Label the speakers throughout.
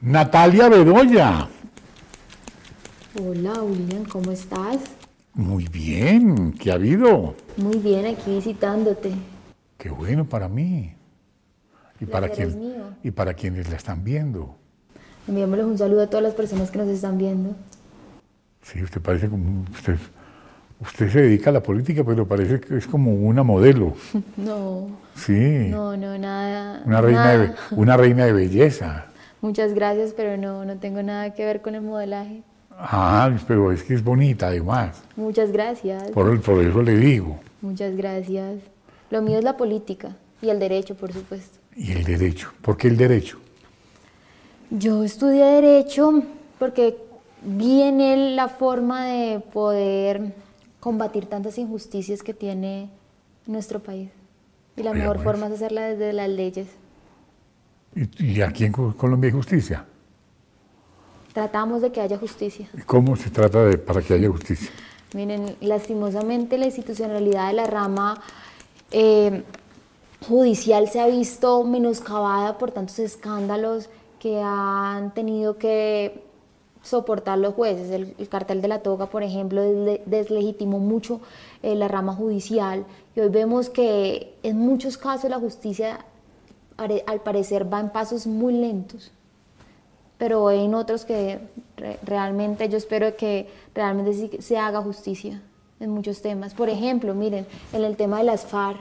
Speaker 1: Natalia Bedoya.
Speaker 2: Hola William, ¿cómo estás?
Speaker 1: Muy bien, ¿qué ha habido?
Speaker 2: Muy bien, aquí visitándote.
Speaker 1: Qué bueno para mí. Y para,
Speaker 2: Placer es
Speaker 1: quien,
Speaker 2: mío.
Speaker 1: y para quienes la están viendo.
Speaker 2: Enviémosles un saludo a todas las personas que nos están viendo.
Speaker 1: Sí, usted parece como. un- Usted, usted se dedica a la política, pero parece que es como una modelo.
Speaker 2: No,
Speaker 1: Sí.
Speaker 2: no, no, nada.
Speaker 1: una, reina de, be-
Speaker 2: nada.
Speaker 1: una reina de belleza.
Speaker 2: Muchas gracias, pero no, no tengo nada que ver con el modelaje.
Speaker 1: Ah, pero es que es bonita además.
Speaker 2: Muchas gracias,
Speaker 1: Por, el- por eso le digo.
Speaker 2: muchas gracias. Lo mío es la política y el derecho, por supuesto.
Speaker 1: Y el derecho. ¿Por qué el derecho?
Speaker 2: Yo estudié derecho porque vi en él la forma de poder combatir tantas injusticias que tiene nuestro país. Y la
Speaker 1: Vea,
Speaker 2: mejor
Speaker 1: pues.
Speaker 2: forma es hacerla desde las leyes.
Speaker 1: ¿Y, y aquí en Co- Colombia hay justicia?
Speaker 2: Tratamos de que haya justicia.
Speaker 1: ¿Y ¿Cómo se trata de para que haya justicia?
Speaker 2: Miren, lastimosamente la institucionalidad de la rama eh, judicial se ha visto menoscabada por tantos escándalos que han tenido que soportar los jueces. El, el cartel de la toga, por ejemplo, desle- deslegitimó mucho eh, la rama judicial y hoy vemos que en muchos casos la justicia are- al parecer va en pasos muy lentos pero en otros que re- realmente yo espero que realmente sí se haga justicia en muchos temas. Por ejemplo, miren, en el tema de las FARC,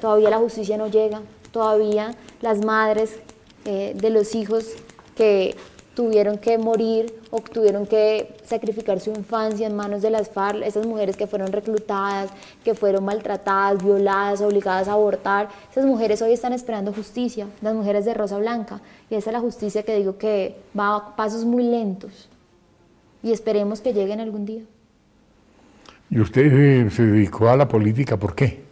Speaker 2: todavía la justicia no llega, todavía las madres eh, de los hijos que tuvieron que morir o que tuvieron que sacrificar su infancia en manos de las FARC, esas mujeres que fueron reclutadas, que fueron maltratadas, violadas, obligadas a abortar, esas mujeres hoy están esperando justicia, las mujeres de Rosa Blanca, y esa es la justicia que digo que va a pasos muy lentos y esperemos que lleguen algún día.
Speaker 1: ¿Y usted eh, se dedicó a la política por qué?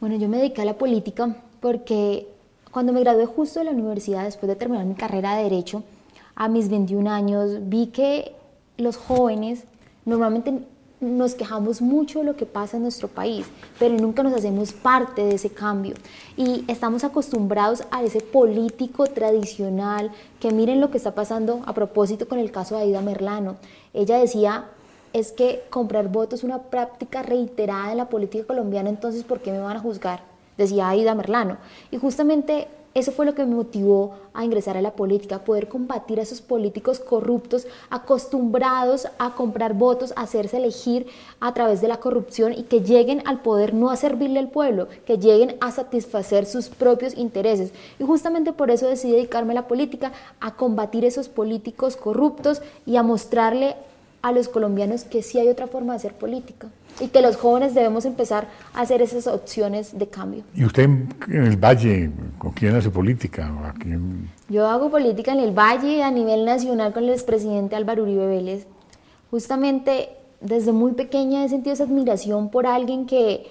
Speaker 2: Bueno, yo me dediqué a la política porque cuando me gradué justo de la universidad, después de terminar mi carrera de Derecho, a mis 21 años, vi que los jóvenes normalmente nos quejamos mucho de lo que pasa en nuestro país, pero nunca nos hacemos parte de ese cambio. Y estamos acostumbrados a ese político tradicional, que miren lo que está pasando a propósito con el caso de Aida Merlano. Ella decía, es que comprar votos es una práctica reiterada en la política colombiana, entonces ¿por qué me van a juzgar? Decía Aida Merlano. Y justamente eso fue lo que me motivó a ingresar a la política, poder combatir a esos políticos corruptos, acostumbrados a comprar votos, a hacerse elegir a través de la corrupción y que lleguen al poder no a servirle al pueblo, que lleguen a satisfacer sus propios intereses. Y justamente por eso decidí dedicarme a la política, a combatir esos políticos corruptos y a mostrarle a los colombianos que sí hay otra forma de hacer política y que los jóvenes debemos empezar a hacer esas opciones de cambio.
Speaker 1: ¿Y usted en en el Valle, con quién hace política? ¿O a quién?
Speaker 2: Yo hago política en el Valle a nivel nacional con el expresidente Álvaro Uribe Vélez. Justamente desde muy pequeña he sentido esa admiración por alguien que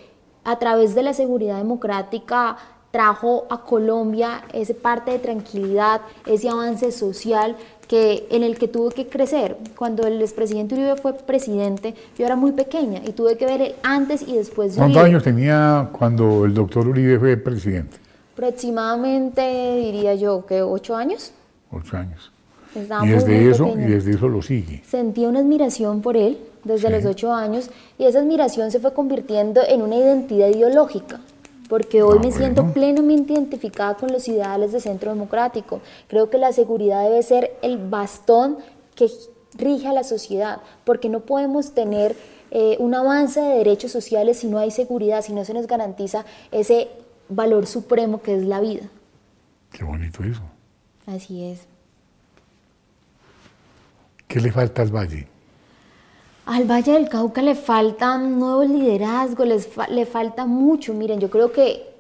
Speaker 2: a través de la seguridad democrática trajo a Colombia ese parte de tranquilidad, ese avance social que, en el que tuvo que crecer. Cuando el expresidente Uribe fue presidente, yo era muy pequeña y tuve que ver el antes y después de
Speaker 1: ¿Cuántos
Speaker 2: Uribe.
Speaker 1: años tenía cuando el doctor Uribe fue presidente?
Speaker 2: Aproximadamente diría yo que ocho años.
Speaker 1: Ocho años.
Speaker 2: Estaba
Speaker 1: Y
Speaker 2: muy,
Speaker 1: desde
Speaker 2: muy
Speaker 1: eso, y
Speaker 2: pequeña.
Speaker 1: desde eso lo sigue.
Speaker 2: Sentí una admiración por él desde
Speaker 1: Sí.
Speaker 2: los ocho años y esa admiración se fue convirtiendo en una identidad ideológica, porque hoy
Speaker 1: Ah,
Speaker 2: me siento
Speaker 1: bueno.
Speaker 2: plenamente identificada con los ideales de Centro Democrático. Creo que la seguridad debe ser el bastón que rige a la sociedad, porque no podemos tener eh, un avance de derechos sociales si no hay seguridad, si no se nos garantiza ese valor supremo que es la vida.
Speaker 1: Qué bonito eso.
Speaker 2: Así es.
Speaker 1: ¿Qué le falta al Valle?
Speaker 2: Al Valle del Cauca le faltan nuevos liderazgos, les fa- le falta mucho. Miren, yo creo que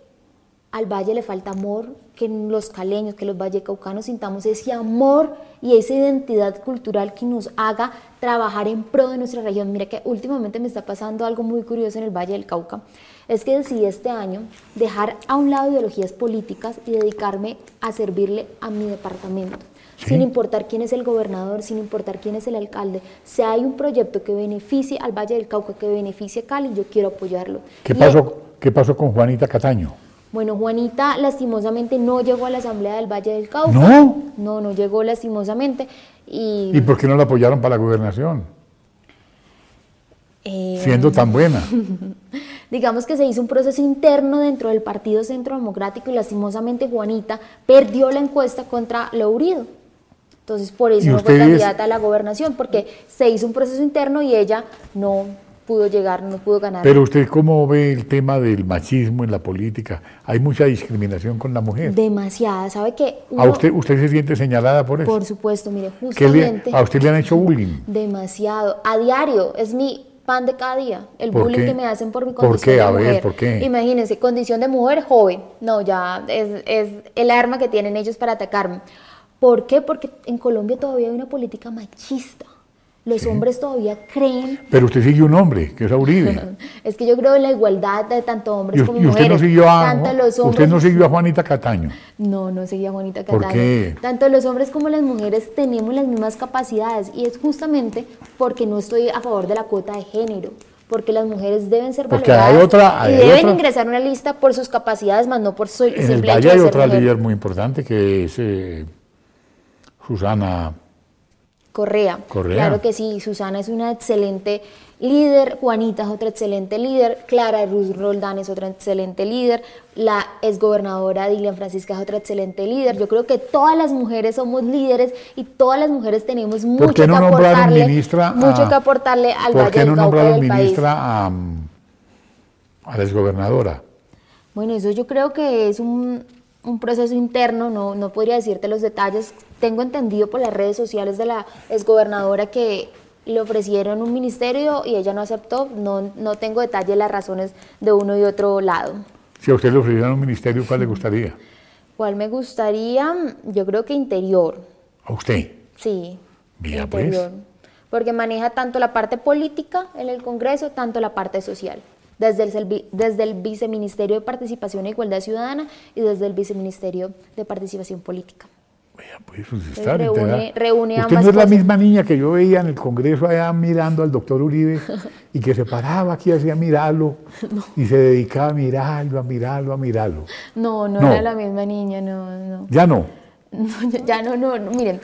Speaker 2: al Valle le falta amor, que los caleños, que los vallecaucanos sintamos ese amor y esa identidad cultural que nos haga trabajar en pro de nuestra región. Mira que últimamente me está pasando algo muy curioso en el Valle del Cauca. Es que decidí este año dejar a un lado ideologías políticas y dedicarme a servirle a mi departamento.
Speaker 1: Sí.
Speaker 2: Sin importar quién es el gobernador, sin importar quién es el alcalde, si hay un proyecto que beneficie al Valle del Cauca, que beneficie a Cali, yo quiero apoyarlo.
Speaker 1: ¿Qué
Speaker 2: Y-
Speaker 1: pasó, ¿Qué pasó con Juanita Cataño?
Speaker 2: Bueno, Juanita lastimosamente no llegó a la Asamblea del Valle del Cauca.
Speaker 1: ¿No?
Speaker 2: No, no llegó lastimosamente. Y,
Speaker 1: ¿Y por qué no la apoyaron para la gobernación?
Speaker 2: eh,
Speaker 1: Siendo tan buena.
Speaker 2: digamos que se hizo un proceso interno dentro del Partido Centro Democrático y lastimosamente Juanita perdió la encuesta contra Lourido. Entonces por eso
Speaker 1: ¿Y
Speaker 2: no fue
Speaker 1: ustedes-
Speaker 2: candidata a la gobernación, porque se hizo un proceso interno y ella no pudo llegar, no pudo ganar.
Speaker 1: Pero usted cómo ve el tema del machismo en la política? Hay mucha discriminación con la mujer.
Speaker 2: Demasiada, ¿sabe qué?
Speaker 1: ¿A
Speaker 2: Uno-
Speaker 1: usted, usted se siente señalada por eso?
Speaker 2: Por supuesto, mire,
Speaker 1: ¿Qué le-
Speaker 2: justamente
Speaker 1: ¿A usted le han hecho bullying?
Speaker 2: demasiado, a diario, es mi pan de cada día, el
Speaker 1: ¿Por
Speaker 2: bullying
Speaker 1: qué?
Speaker 2: que me hacen por mi
Speaker 1: ¿Por
Speaker 2: condición
Speaker 1: qué?
Speaker 2: de
Speaker 1: A ver,
Speaker 2: mujer.
Speaker 1: ¿por qué?
Speaker 2: Imagínense, condición de mujer joven, no, ya es, es el arma que tienen ellos para atacarme. ¿Por qué? Porque en Colombia todavía hay una política machista. Los hombres todavía creen,
Speaker 1: Pero usted sigue un hombre, que es a Uribe.
Speaker 2: es que yo creo en la igualdad de tanto hombres
Speaker 1: Y,
Speaker 2: como
Speaker 1: y usted
Speaker 2: mujeres,
Speaker 1: no siguió a
Speaker 2: tanto los hombres
Speaker 1: usted no siguió a Juanita Cataño.
Speaker 2: no, no seguía Juanita
Speaker 1: ¿Por
Speaker 2: Catania.
Speaker 1: qué?
Speaker 2: Tanto los hombres como las mujeres tenemos las mismas capacidades y es justamente porque no estoy a favor de la cuota de género, porque las mujeres deben ser
Speaker 1: Porque
Speaker 2: valoradas
Speaker 1: hay otra- hay
Speaker 2: y deben
Speaker 1: otra-
Speaker 2: ingresar a una lista por sus capacidades, más no por su
Speaker 1: En el
Speaker 2: simple
Speaker 1: Valle
Speaker 2: hecho de
Speaker 1: hay
Speaker 2: ser
Speaker 1: otra
Speaker 2: mujer.
Speaker 1: líder muy importante que es eh, Susana.
Speaker 2: Correa.
Speaker 1: Correa.
Speaker 2: Claro que sí, Susana es una excelente líder, Juanita es otra excelente líder, Clara Ruiz Roldán es otra excelente líder, la exgobernadora Dilian Francisca es otra excelente líder. Yo creo que todas las mujeres somos líderes y todas las mujeres tenemos mucho
Speaker 1: qué no
Speaker 2: que
Speaker 1: nombraron
Speaker 2: aportarle,
Speaker 1: ministra a-
Speaker 2: mucho que aportarle al
Speaker 1: ¿Por
Speaker 2: Valle
Speaker 1: qué
Speaker 2: del
Speaker 1: no
Speaker 2: Cauca y
Speaker 1: nombraron
Speaker 2: al país.
Speaker 1: ministra a, mm, a la exgobernadora?
Speaker 2: Bueno, eso yo creo que es un, un proceso interno, no, no podría decirte los detalles. Tengo entendido por las redes sociales de la exgobernadora que le ofrecieron un ministerio y ella no aceptó. No, no tengo detalles de las razones de uno y otro lado.
Speaker 1: Si a usted le ofrecieran un ministerio, ¿cuál le gustaría?
Speaker 2: ¿Cuál me gustaría? Yo creo que interior,
Speaker 1: A usted.
Speaker 2: sí.
Speaker 1: Vea, pues.
Speaker 2: Porque maneja tanto la parte política en el Congreso, tanto la parte social. Desde el, selvi- desde el Viceministerio de Participación e Igualdad Ciudadana y desde el Viceministerio de Participación Política.
Speaker 1: Vea, pues, usted está
Speaker 2: reúne-
Speaker 1: enterada.
Speaker 2: reúne
Speaker 1: Usted
Speaker 2: ambas
Speaker 1: no es la
Speaker 2: cosas.
Speaker 1: misma niña que yo veía en el Congreso allá mirando al doctor Uribe y que se paraba aquí hacía mirarlo y se dedicaba a mirarlo, a mirarlo, a mirarlo.
Speaker 2: No, no,
Speaker 1: No.
Speaker 2: era la misma niña, no, no.
Speaker 1: Ya no.
Speaker 2: No, ya- ya no, no, no. Miren,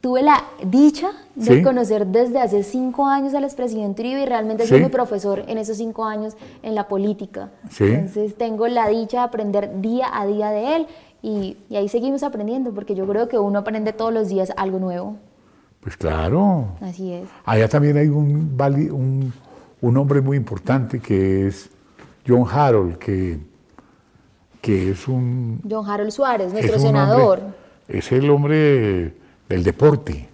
Speaker 2: tuve la dicha de
Speaker 1: Sí.
Speaker 2: conocer desde hace cinco años al expresidente Uribe y realmente ha sido
Speaker 1: Sí.
Speaker 2: mi profesor en esos cinco años en la política.
Speaker 1: Sí.
Speaker 2: Entonces tengo la dicha de aprender día a día de él y, y ahí seguimos aprendiendo porque yo creo que uno aprende todos los días algo nuevo.
Speaker 1: Pues claro.
Speaker 2: Así es.
Speaker 1: Allá también hay un, vali- un, un hombre muy importante que es John Harold, que, que es un...
Speaker 2: John Harold Suárez, nuestro
Speaker 1: es un hombre-
Speaker 2: senador.
Speaker 1: es el hombre del deporte.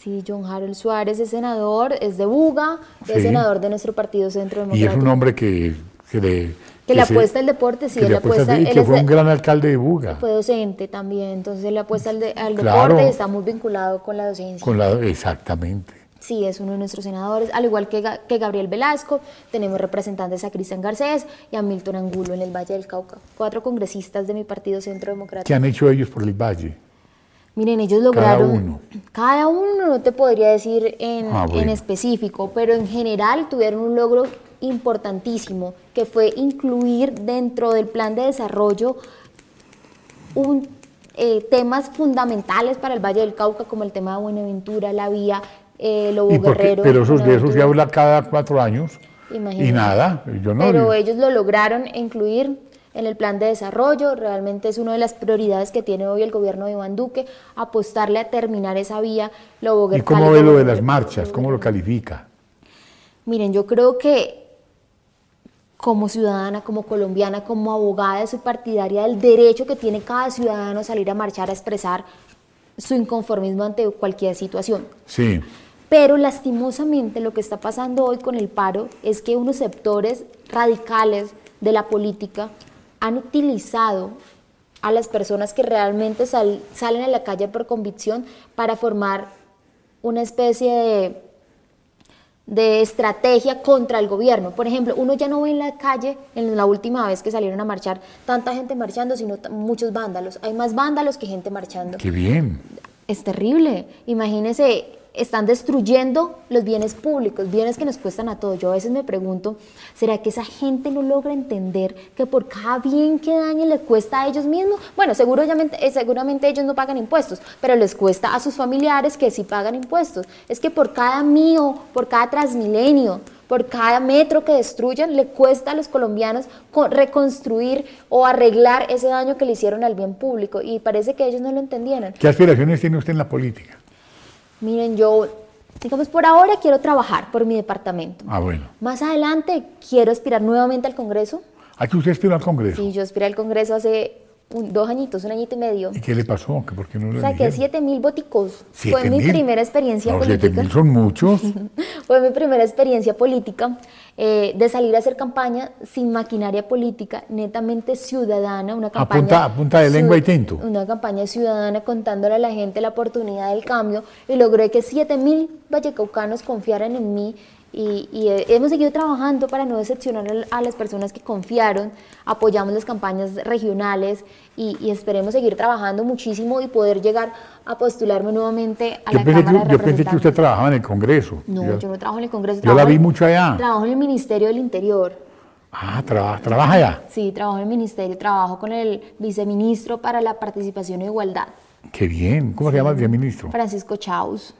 Speaker 2: Sí, John Harold Suárez es senador, es de Buga,
Speaker 1: Sí.
Speaker 2: es senador de nuestro partido
Speaker 1: Y
Speaker 2: Centro Democrático.
Speaker 1: es un hombre que, que le...
Speaker 2: Que le
Speaker 1: se-
Speaker 2: apuesta al deporte, sí,
Speaker 1: que
Speaker 2: él
Speaker 1: le
Speaker 2: le
Speaker 1: apuesta,
Speaker 2: apuesta,
Speaker 1: al- y
Speaker 2: él
Speaker 1: que
Speaker 2: es Pues,
Speaker 1: fue
Speaker 2: de-
Speaker 1: un gran alcalde de Buga.
Speaker 2: Fue docente también, entonces le apuesta al, de- al
Speaker 1: Claro.
Speaker 2: deporte y está muy vinculado con la docencia.
Speaker 1: Con la, exactamente.
Speaker 2: Sí, es uno de nuestros senadores, al igual que, Ga- que Gabriel Velasco, tenemos representantes a Cristian Garcés y a Milton Angulo en el Valle del Cauca, cuatro congresistas de mi partido Centro Democrático.
Speaker 1: ¿Qué han hecho ellos por el valle?
Speaker 2: Miren, ellos lograron.
Speaker 1: uno.
Speaker 2: Cada uno no te podría decir en,
Speaker 1: Ah, bueno.
Speaker 2: en específico, pero en general tuvieron un logro importantísimo, que fue incluir dentro del plan de desarrollo un, eh, temas fundamentales para el Valle del Cauca, como el tema de Buenaventura, la vía, eh, Lobo
Speaker 1: Y porque-
Speaker 2: Guerrero.
Speaker 1: pero esos, de esos se
Speaker 2: Buenaventura.
Speaker 1: habla cada cuatro años.
Speaker 2: Imagínate.
Speaker 1: Y nada, yo no...
Speaker 2: Pero ellos lo lograron incluir en el plan de desarrollo, realmente es una de las prioridades que tiene hoy el gobierno de Iván Duque, apostarle a terminar esa vía Lobo
Speaker 1: ¿Y
Speaker 2: Guer-
Speaker 1: cómo
Speaker 2: Cali-
Speaker 1: ve lo
Speaker 2: Lobo
Speaker 1: de las
Speaker 2: Guer-
Speaker 1: marchas?
Speaker 2: Lobo
Speaker 1: ¿Cómo lo
Speaker 2: Guerrero.
Speaker 1: califica?
Speaker 2: Miren, yo creo que como ciudadana, como colombiana, como abogada, soy partidaria del derecho que tiene cada ciudadano a salir a marchar, a expresar su inconformismo ante cualquier situación.
Speaker 1: Sí.
Speaker 2: Pero lastimosamente lo que está pasando hoy con el paro es que unos sectores radicales de la política han utilizado a las personas que realmente sal- salen a la calle por convicción para formar una especie de, de estrategia contra el gobierno. Por ejemplo, uno ya no ve en la calle, en la última vez que salieron a marchar, tanta gente marchando, sino t- muchos vándalos. Hay más vándalos que gente marchando.
Speaker 1: Qué bien.
Speaker 2: Es terrible. Imagínese están destruyendo los bienes públicos, bienes que nos cuestan a todos. Yo a veces me pregunto, ¿será que esa gente no logra entender que por cada bien que dañen le cuesta a ellos mismos? Bueno, seguramente, eh, seguramente ellos no pagan impuestos, pero les cuesta a sus familiares que sí pagan impuestos. Es que por cada mío, por cada transmilenio, por cada metro que destruyan, le cuesta a los colombianos reconstruir o arreglar ese daño que le hicieron al bien público. Y parece que ellos no lo entendieran.
Speaker 1: ¿Qué aspiraciones tiene usted en la política?
Speaker 2: miren, yo, digamos, por ahora quiero trabajar por mi departamento.
Speaker 1: Ah, bueno.
Speaker 2: Más adelante quiero aspirar nuevamente al Congreso.
Speaker 1: ¿A que usted aspiró al Congreso?
Speaker 2: Sí, yo aspiré al Congreso hace un- dos añitos, un añito y medio.
Speaker 1: ¿Y qué le pasó? ¿Que ¿Por qué no lo
Speaker 2: O sea, que
Speaker 1: eligieron?
Speaker 2: 7 mil boticos. Fue
Speaker 1: ¿Siete
Speaker 2: mi
Speaker 1: mil?
Speaker 2: primera experiencia
Speaker 1: No, siete
Speaker 2: política.
Speaker 1: mil son muchos.
Speaker 2: Fue mi primera experiencia política eh, de salir a hacer campaña sin maquinaria política, netamente ciudadana, una campaña...
Speaker 1: punta- a punta de lengua y
Speaker 2: ciu-
Speaker 1: tinto.
Speaker 2: Una campaña ciudadana contándole a la gente la oportunidad del cambio y logré que 7.000 vallecaucanos confiaran en mí y, y, eh, hemos seguido trabajando para no decepcionar al- a las personas que confiaron, apoyamos las campañas regionales y, y esperemos seguir trabajando muchísimo y poder llegar a postularme nuevamente a
Speaker 1: Yo
Speaker 2: la
Speaker 1: pensé,
Speaker 2: Cámara
Speaker 1: que,
Speaker 2: de
Speaker 1: yo pensé que
Speaker 2: Representantes.
Speaker 1: usted trabajaba en el Congreso.
Speaker 2: No, yo,
Speaker 1: Ya-
Speaker 2: no trabajo en el
Speaker 1: yo
Speaker 2: Congreso.
Speaker 1: la
Speaker 2: trabajo
Speaker 1: vi
Speaker 2: en-
Speaker 1: mucho allá.
Speaker 2: Trabajo en el Ministerio del Interior.
Speaker 1: Ah, traba- trabaja allá.
Speaker 2: Sí, trabajo en el Ministerio, trabajo con el viceministro para la participación e igualdad,
Speaker 1: Qué bien. ¿Cómo se llama el viceministro?
Speaker 2: Francisco Chaus,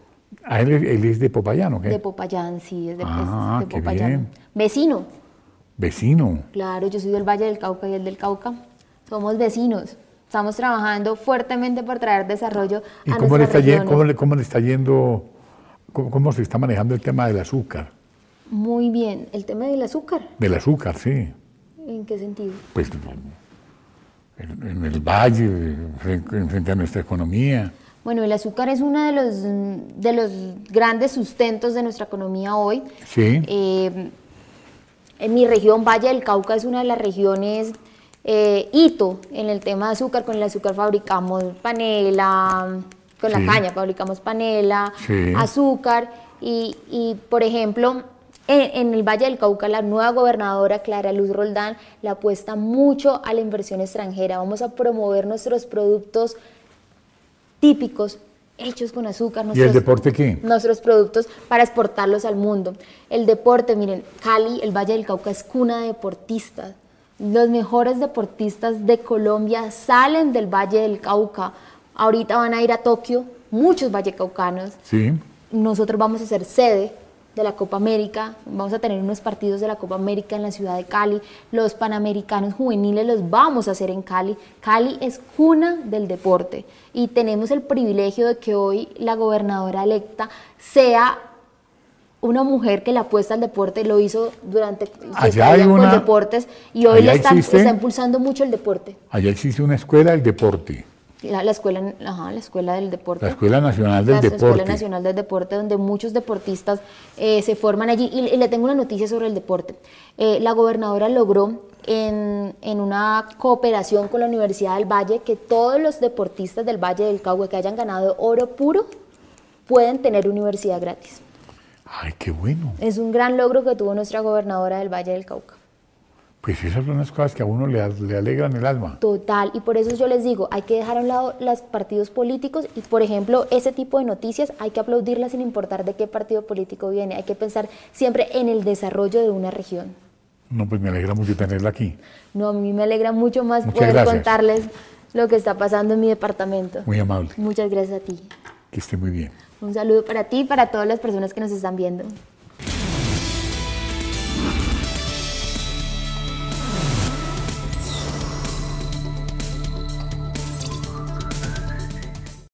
Speaker 1: Ah, él, es- él es de Popayán, ¿o qué?
Speaker 2: de Popayán, sí, es de, es
Speaker 1: Ah,
Speaker 2: de
Speaker 1: qué
Speaker 2: Popayán.
Speaker 1: bien.
Speaker 2: Vecino,
Speaker 1: Vecino.
Speaker 2: claro, yo soy del Valle del Cauca y él del Cauca. Somos vecinos, estamos trabajando fuertemente por traer desarrollo
Speaker 1: ¿Y
Speaker 2: a
Speaker 1: cómo le, está
Speaker 2: nuestra
Speaker 1: ye-
Speaker 2: región.
Speaker 1: cómo, le, cómo le está yendo, cómo, cómo se está manejando el tema del azúcar?
Speaker 2: Muy bien, el tema del azúcar,
Speaker 1: Del azúcar, sí.
Speaker 2: ¿en qué sentido?
Speaker 1: Pues en, en el valle, fren- frente a nuestra economía.
Speaker 2: Bueno, el azúcar es uno de los, mm, de los grandes sustentos de nuestra economía hoy.
Speaker 1: Sí.
Speaker 2: Eh, en mi región, Valle del Cauca, es una de las regiones eh, hito en el tema de azúcar. Con el azúcar fabricamos panela, con
Speaker 1: Sí.
Speaker 2: la caña fabricamos panela,
Speaker 1: Sí.
Speaker 2: azúcar. Y, y, por ejemplo, en, en el Valle del Cauca, la nueva gobernadora Clara Luz Roldán le apuesta mucho a la inversión extranjera. Vamos a promover nuestros productos típicos hechos con azúcar.
Speaker 1: ¿Y el
Speaker 2: nuestros-
Speaker 1: deporte qué?
Speaker 2: nuestros productos para exportarlos al mundo. El deporte, miren, Cali, el Valle del Cauca es cuna de deportistas. Los mejores deportistas de Colombia salen del Valle del Cauca. Ahorita van a ir a Tokio muchos vallecaucanos.
Speaker 1: Sí.
Speaker 2: Nosotros vamos a ser sede de la Copa América, vamos a tener unos partidos de la Copa América en la ciudad de Cali, los Panamericanos juveniles los vamos a hacer en Cali. Cali es cuna del deporte y tenemos el privilegio de que hoy la gobernadora electa sea una mujer que le apuesta al deporte, lo hizo durante su
Speaker 1: Allá
Speaker 2: estadía
Speaker 1: hay
Speaker 2: con
Speaker 1: una-
Speaker 2: deportes y hoy
Speaker 1: allá
Speaker 2: le están-
Speaker 1: existe-
Speaker 2: está impulsando mucho el deporte,
Speaker 1: Allá existe una escuela del deporte,
Speaker 2: la, la escuela, ajá, la escuela del deporte
Speaker 1: la Escuela Nacional del
Speaker 2: la
Speaker 1: Deporte.
Speaker 2: Escuela Nacional del Deporte, donde muchos deportistas eh, se forman allí. Y, y le tengo una noticia sobre el deporte. Eh, la gobernadora logró en, en una cooperación con la Universidad del Valle que todos los deportistas del Valle del Cauca que hayan ganado oro puro pueden tener universidad gratis.
Speaker 1: Ay, qué bueno.
Speaker 2: Es un gran logro que tuvo nuestra gobernadora del Valle del Cauca.
Speaker 1: Pues esas son las cosas que a uno le, al- le alegran el alma.
Speaker 2: Total, y por eso yo les digo, hay que dejar a un lado los partidos políticos y, por ejemplo, ese tipo de noticias hay que aplaudirlas sin importar de qué partido político viene. Hay que pensar siempre en el desarrollo de una región.
Speaker 1: No, pues me alegra mucho tenerla aquí.
Speaker 2: No, a mí me alegra mucho más
Speaker 1: Muchas
Speaker 2: poder
Speaker 1: gracias.
Speaker 2: contarles lo que está pasando en mi departamento.
Speaker 1: Muy amable.
Speaker 2: Muchas gracias a ti.
Speaker 1: Que esté muy bien.
Speaker 2: Un saludo para ti y para todas las personas que nos están viendo.